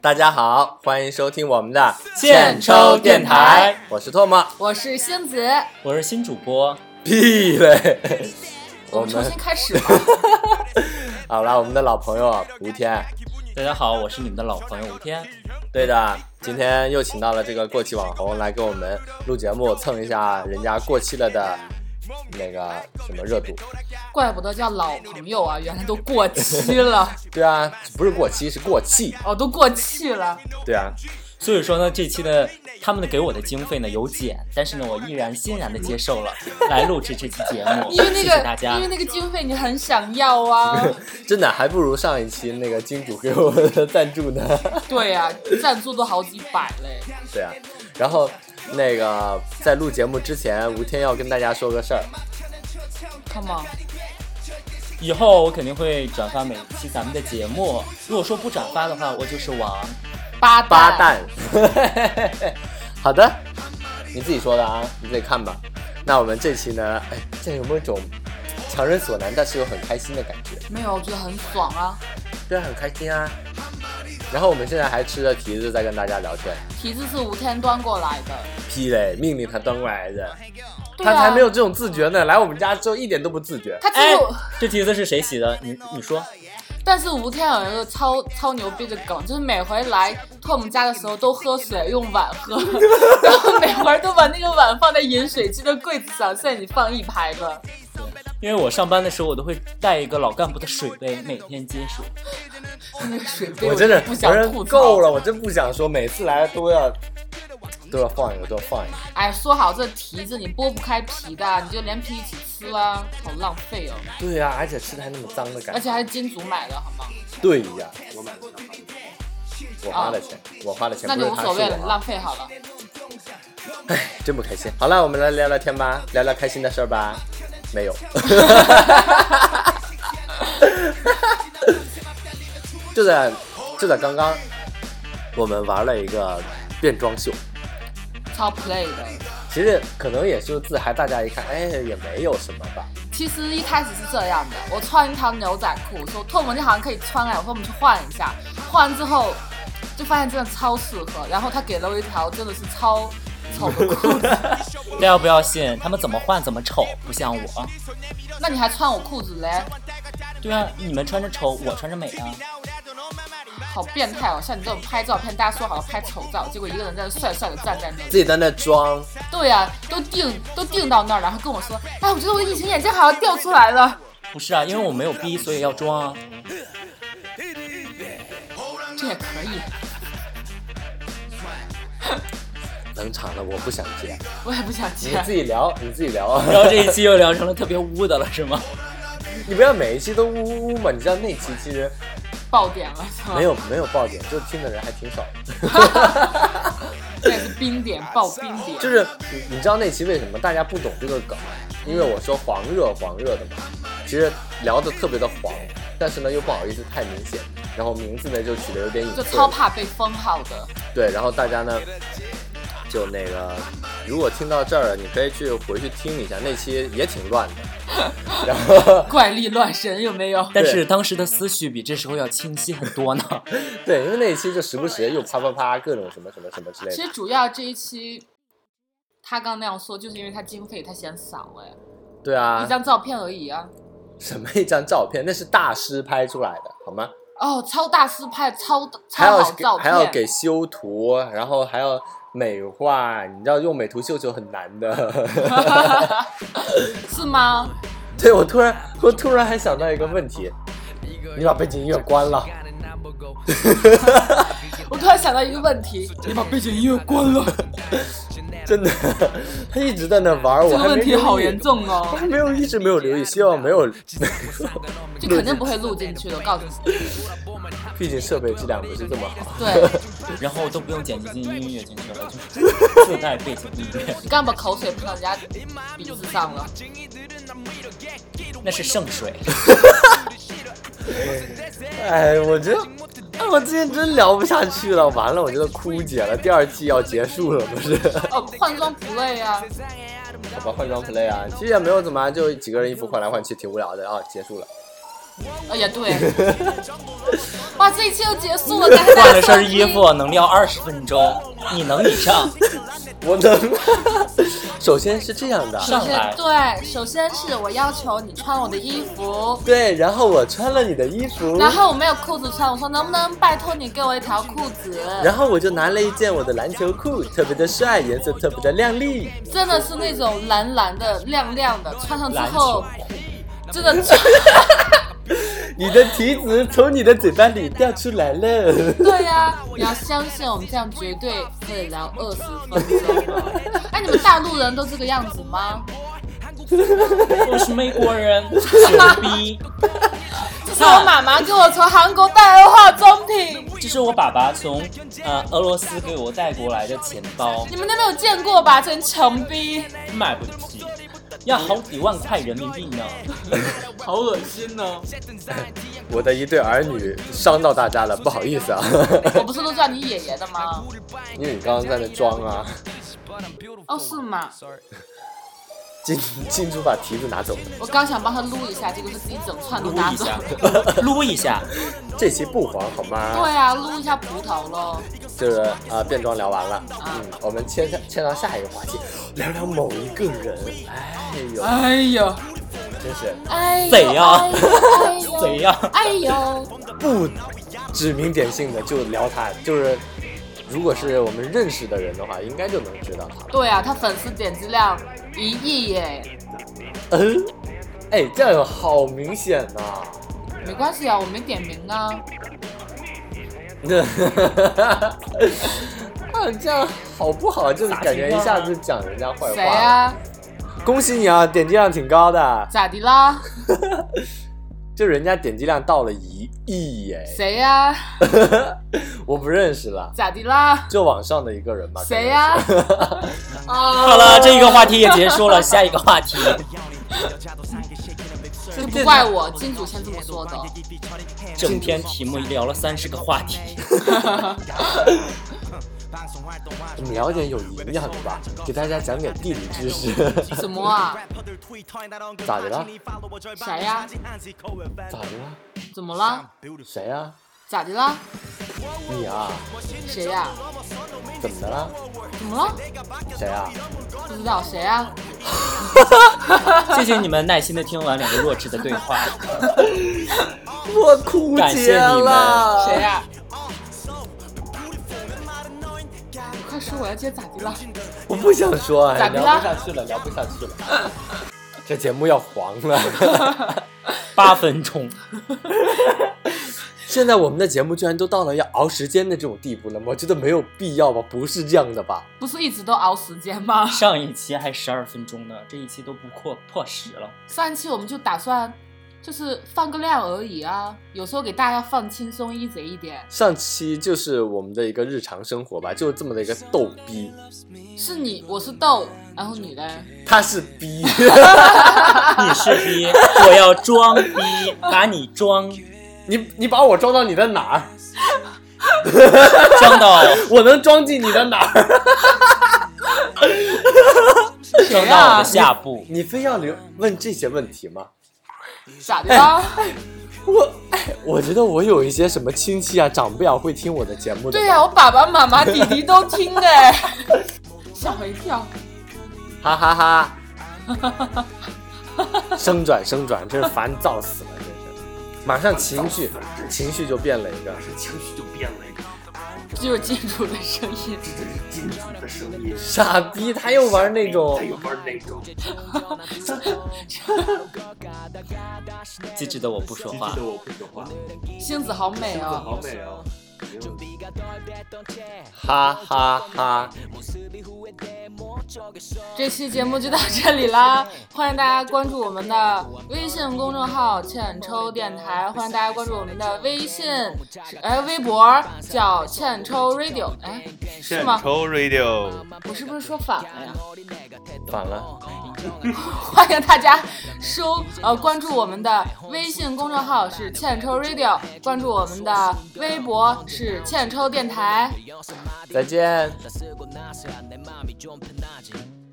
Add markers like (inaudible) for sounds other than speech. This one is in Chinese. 大家好，欢迎收听我们的现抽电台，我是唾沫。我是星子，我是新主播， (laughs) 屁嘞！ (laughs) 我我们重们新开始吧。好了，我们的老朋友吴天。大家好，我是你们的老朋友吴天。对的，今天又请到了这个过气网红来给我们录节目，蹭一下人家过气了的那个什么热度。怪不得叫老朋友啊，原来都过期了，对啊，不是过期，是过气。哦，都过气了。对啊， (laughs) 所以说呢，这期呢，他们呢给我的经费呢有减，但是呢，我毅然欣然的接受 (laughs) 了来录制这期节目。因为那谢个，谢大家因为。那个经费你很想要啊。真的还不如上一期那个金主给 (laughs) 我们的赞助呢。 (laughs) 对呀、赞助都好几百嘞。对啊，然后那个在录节目之前，吴天要跟大家说个事儿。 Come on，以后我肯定会转发每一期咱们的节目，如果说不转发的话，我就是王。八蛋八蛋。 (laughs) 好的，你自己说的啊，你自己看吧。那我们这期呢，哎，这有没有一种强人所难，但是又很开心的感觉？没有，我觉得很爽啊。对啊，很开心啊。然后我们现在还吃着提子在跟大家聊天，皮子是吴天端过来的，屁嘞，命令他端过来的，对他啊才没有，这种自觉呢。来我们家之后一点都不自觉。他只哎有。，这题子是谁写的？你你说，但是吴天有一个超超牛逼的梗，就是每回来托姆家的时候都喝水用碗 (laughs) 喝，然后每回都把那个碗放在饮水机的柜子上，现在你放一排了。因为我上班的时候我都会带一个老干部的水杯，每天接水。那个水杯我真的，不我想真吐槽够了，。我真不想说，每次来都要都要放一个，都要放一个。哎，说好这皮子你剥不开皮的，你就连皮一起吃啦，好浪费哦。对呀、而且吃的还那么脏的感而觉。且还是金主买的，好吗？对呀，我买的我花的钱，我花的钱啊那不就是他无所谓了，是我浪费好了。真不开心。好了，我们来聊聊天吧，聊聊开心的事儿吧。没有， (laughs) 就在就在刚刚，我们玩了一个变装秀。超 play 的。其实可能也就自嗨，大家一看，哎，也没有什么吧。其实一开始是这样的，我穿一条牛仔裤，说拓门你好像可以穿哎，我说我们去换一下。换完之后，就发现真的超适合。然后他给了我一条真的是超丑的裤子， (laughs) 大家不要信，他们怎么换怎么丑，不像我。那你还穿我裤子嘞？对啊，你们穿着丑，我穿着美啊。好变态哦！像你这种拍照片，大家说好了拍丑照，结果一个人在那帅帅的站在那自里。己在那装，对呀、都定都定到那儿，然后跟我说，哎，我觉得我的隐形眼镜好像掉出来了。不是啊，因为我没有逼，所以要装 (laughs) 啊。这也可以，冷场了，我不想接。我也不想啊你接。自己聊，你自己聊。 (laughs) 然后这一期又聊成了特别污的了，是吗？你不要每一期都呜呜呜嘛，你知道那期其实爆点了是吗？没，有没有爆点，就听的人还挺少的。这也是冰点爆冰点。就是你你知道那期为什么大家不懂这个梗？因为我说黄热黄热的嘛，其实聊的特别的黄，但是呢又不好意思太明显，然后名字呢就取的有点隐就晦超。怕被封号的。对，然后大家呢就那个，如果听到这儿了，你可以去回去听一下，那期也挺乱的。 (laughs) 然后怪力乱神有没有？但是当时的思绪比这时候要清晰很多呢。对，因为那一期就时不时又啪啪啪各种什么什么什么之类其的。实主要这一期，他刚那样说，就是因为他经费他嫌少哎，对啊一，张照片而已啊。什么一张照片，那是大师拍出来的，好吗？哦，超大师拍超还超要好给照片，还要给修图，然后还要美化，你知道用美图秀秀很难的。 (laughs) (laughs) 是吗？对，我突然我突然还想到一个问题，你把背景音乐关了，我突然想到一个问题， (laughs) 你把背景音乐关了，真的，他一直在那玩儿，这 (laughs) 我个还没问题留意好严，重我 (laughs) 哦，还没有一直没有留意，希望没有， (laughs) 这肯定不会录进去的，我告诉你。毕竟设备质量不是这么好。对，然后都不用剪辑进音乐进去了， (laughs) 就是自带背景音乐， (laughs) 你刚把口水喷到人家鼻子 (laughs) 上了，那是圣水。哎，我觉得。哎我今天真聊不下去了，完了，我觉得枯竭了。第二季要结束了，不是？ (laughs) 哦，换装 play 啊，好吧，换装 play 啊，其实也没有怎么啊，就几个人衣服换来换去，挺无聊的啊。结束了，呃，也 (laughs) 对。哇，这一期又结束了，感谢大家换了收身衣听服能聊二十分钟， (laughs) 你能以上？我能。 (laughs) 首先是这样的，上来先对，首先是我要求你穿我的衣服，对，然后我穿了你的衣服，然后我没有裤子穿，我说能不能拜托你给我一条裤子？然后我就拿了一件我的篮球裤，特别的帅，颜色特别的亮丽。真的是那种蓝蓝的、亮亮的，穿上之篮后球，真的穿，你的蹄子从你的嘴巴里掉出来了。 (laughs) 对呀、你要相信我们这样绝对可以聊二十分钟的。哎，你们大陆人都这个样子吗？我是美国人， (laughs) 牛逼！这是我妈妈给我从韩国带来的化妆品，这是我爸爸从呃俄罗斯给我带过来的钱包，你们都没有见过吧？真穷逼！买不起，要好几万块人民币呢，好恶心呢、我的一对儿女伤到大家了，不好意思啊， (laughs) 我不是都叫你爷爷的吗？因为你刚刚在那装啊。哦，是吗？金金主把蹄子拿走了，我刚想帮他撸一下，结果是自己整串都撸拿一走。 (laughs) 下，撸一下，这期不黄好吗？对啊，撸一下葡萄喽。就是啊、呃变装聊完了，嗯，我们切下切到下一个话题，聊聊某一个人。哎呦，哎呦，真是哎呦，怎样哎 (laughs) 呦，怎样哎呦，不指名点姓的就聊他，就是如果是我们认识的人的话，应该就能知道他了。对啊，他粉丝点击量一亿耶，嗯，哎，这样好明显呐、 (laughs) 没关系啊，我没点名啊。那啊，这样好不好？就是感觉一下子讲人家坏话。谁？啊？恭喜你啊，点击量挺高的，咋的啦？就人家点击量到了一亿耶！谁呀、我不认识了，咋的啦？就网上的一个人吧。谁啊 (laughs) 哦呀、可能是好好了，这一个话题也结束了，下一个话题，这不怪我，金主先这么说的。整篇题目聊了三十个话题，你聊点有营养的吧，给大家讲点地理知 (laughs) 识。什么啊？咋的了？谁呀、咋的了？怎么啦？谁啊？咋的啦？你啊？谁呀、怎么的了？怎么了？谁啊？不知道谁啊呀、谢谢你们耐心的听完两个弱智的对话，我枯感谢竭你们了。 (laughs) 谁呀、你快说我要接咋的啦？我不想说，哎咋的聊了不下去了，聊不下去了。这节目要黄了。 (laughs) 八分钟，现在我们的节目居然都到了要熬时间的这种地步了吗？我觉得没有必要吧，不是这样的吧？不是一直都熬时间吗？ (laughs) 上一期还十二分钟呢，这一期都不破破十了。上一期我们就打算就是放个量而已啊，有时候给大家放轻松 easy 一点。上期就是我们的一个日常生活吧，就是这么的一个逗逼，是你，我是豆，然后你嘞？他是逼， (laughs) 你是逼，我要装逼，把你装你你把我装到你的哪儿？装到我能装进你的哪儿？ (laughs) 装到我的下部。你非要留问这些问题吗？咋的啦？ (laughs) 我哎，我觉得我有一些什么亲戚啊、长辈啊会听我的节目的吧。对呀、我爸爸妈妈、弟弟都听哎、 (laughs) 吓我一跳。哈哈哈，生转生转，真是烦躁死了，真是。马上情绪，情绪就变了一个，情绪就变了一个，就是金主的声音， (laughs) 这是金主的声音，傻逼，他又玩那种他，又玩那种，机机智的我不说智话的，我不说话，星子好美哦。好美哦。哈哈哈。这期节目就到这里啦，欢迎大家关注我们的微信公众号“欠抽电台”，欢迎大家关注我们的微信，哎，微博叫“欠抽 radio”，哎，是吗？抽 radio，我是不是说反了呀？ (laughs) 反了，欢迎大家收呃关注我们的微信公众号是欠抽 radio，关注我们的微博是欠抽电台。再见。 다 쓰고 나서야 내 마음이 좀 편하지